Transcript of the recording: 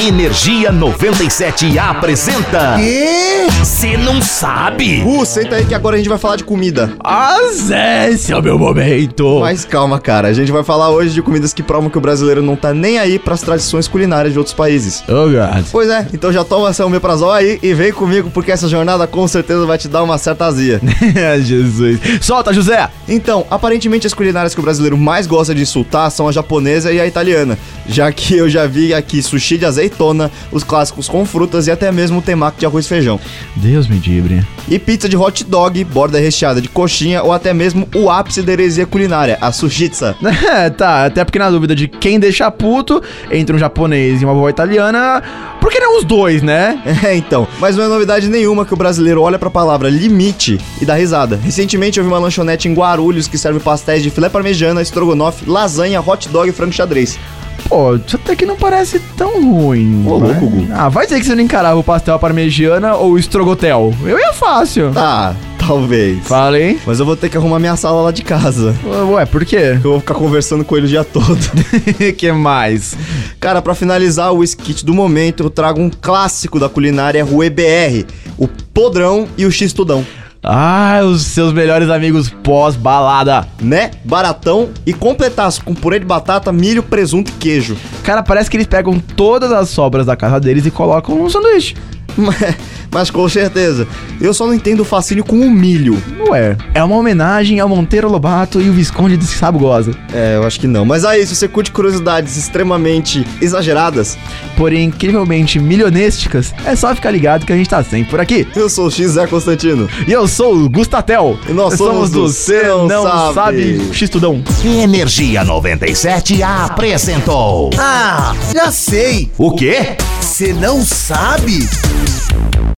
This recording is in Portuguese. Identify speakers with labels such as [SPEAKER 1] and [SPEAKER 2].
[SPEAKER 1] Energia 97 apresenta.
[SPEAKER 2] E...
[SPEAKER 1] Você não sabe?
[SPEAKER 2] Uh, senta aí que agora a gente vai falar de comida.
[SPEAKER 1] Ah, Zé, esse é o meu momento.
[SPEAKER 2] Mas calma, cara. A gente vai falar hoje de comidas que provam que o brasileiro não tá nem aí pras tradições culinárias de outros países.
[SPEAKER 1] Oh, God.
[SPEAKER 2] Pois é, então já toma seu omeprazol aí e vem comigo porque essa jornada com certeza vai te dar uma certa azia. É,
[SPEAKER 1] Jesus. Solta, José.
[SPEAKER 2] Então, aparentemente as culinárias que o brasileiro mais gosta de insultar são a japonesa e a italiana, já que eu já vi aqui sushi de azeitona, os clássicos com frutas e até mesmo o temaki de arroz e feijão.
[SPEAKER 1] Deus me dibre.
[SPEAKER 2] E pizza de hot dog, borda recheada de coxinha ou até mesmo o ápice da heresia culinária, a sushitsa.
[SPEAKER 1] É, tá, até porque na dúvida de quem deixa puto entre um japonês e uma avó italiana, por que não os dois, né?
[SPEAKER 2] É, então, mas não é novidade nenhuma que o brasileiro olha pra palavra limite e dá risada. Recentemente eu vi uma lanchonete em Guarulhos que serve pastéis de filé parmejana, estrogonofe, lasanha, hot dog e frango xadrez.
[SPEAKER 1] Pô, isso até que não parece tão ruim.
[SPEAKER 2] Ô,
[SPEAKER 1] né?
[SPEAKER 2] louco, Gu.
[SPEAKER 1] Ah, vai dizer que você não encarava o pastel à parmegiana ou o estrogotel. Eu ia fácil.
[SPEAKER 2] Tá, talvez.
[SPEAKER 1] Fala, hein?
[SPEAKER 2] Mas eu vou ter que arrumar minha sala lá de casa.
[SPEAKER 1] Ué, por quê?
[SPEAKER 2] que Eu vou ficar conversando com ele o dia todo.
[SPEAKER 1] que mais?
[SPEAKER 2] Cara, pra finalizar o skit do momento, eu trago um clássico da culinária é Rue BR: o podrão e o x-tudão.
[SPEAKER 1] Ah, os seus melhores amigos pós-balada.
[SPEAKER 2] Né? Baratão e completaço com purê de batata, milho, presunto e queijo.
[SPEAKER 1] Cara, parece que eles pegam todas as sobras da casa deles e colocam num sanduíche.
[SPEAKER 2] Mas, mas com certeza, eu só não entendo o fascínio com o milho.
[SPEAKER 1] Ué, é uma homenagem ao Monteiro Lobato e o Visconde de Sabugosa.
[SPEAKER 2] É, eu acho que não. Mas aí, se você curte curiosidades extremamente exageradas,
[SPEAKER 1] Porém, incrivelmente milionésticas, é só ficar ligado que a gente tá sempre por aqui.
[SPEAKER 2] eu sou o X Zé Constantino.
[SPEAKER 1] E eu sou o Gustatel.
[SPEAKER 2] E nós somos do Cê Não Sabe.
[SPEAKER 1] Xistudão.
[SPEAKER 3] Energia 97 apresentou.
[SPEAKER 4] Ah, já sei.
[SPEAKER 3] O quê?
[SPEAKER 4] Você não sabe?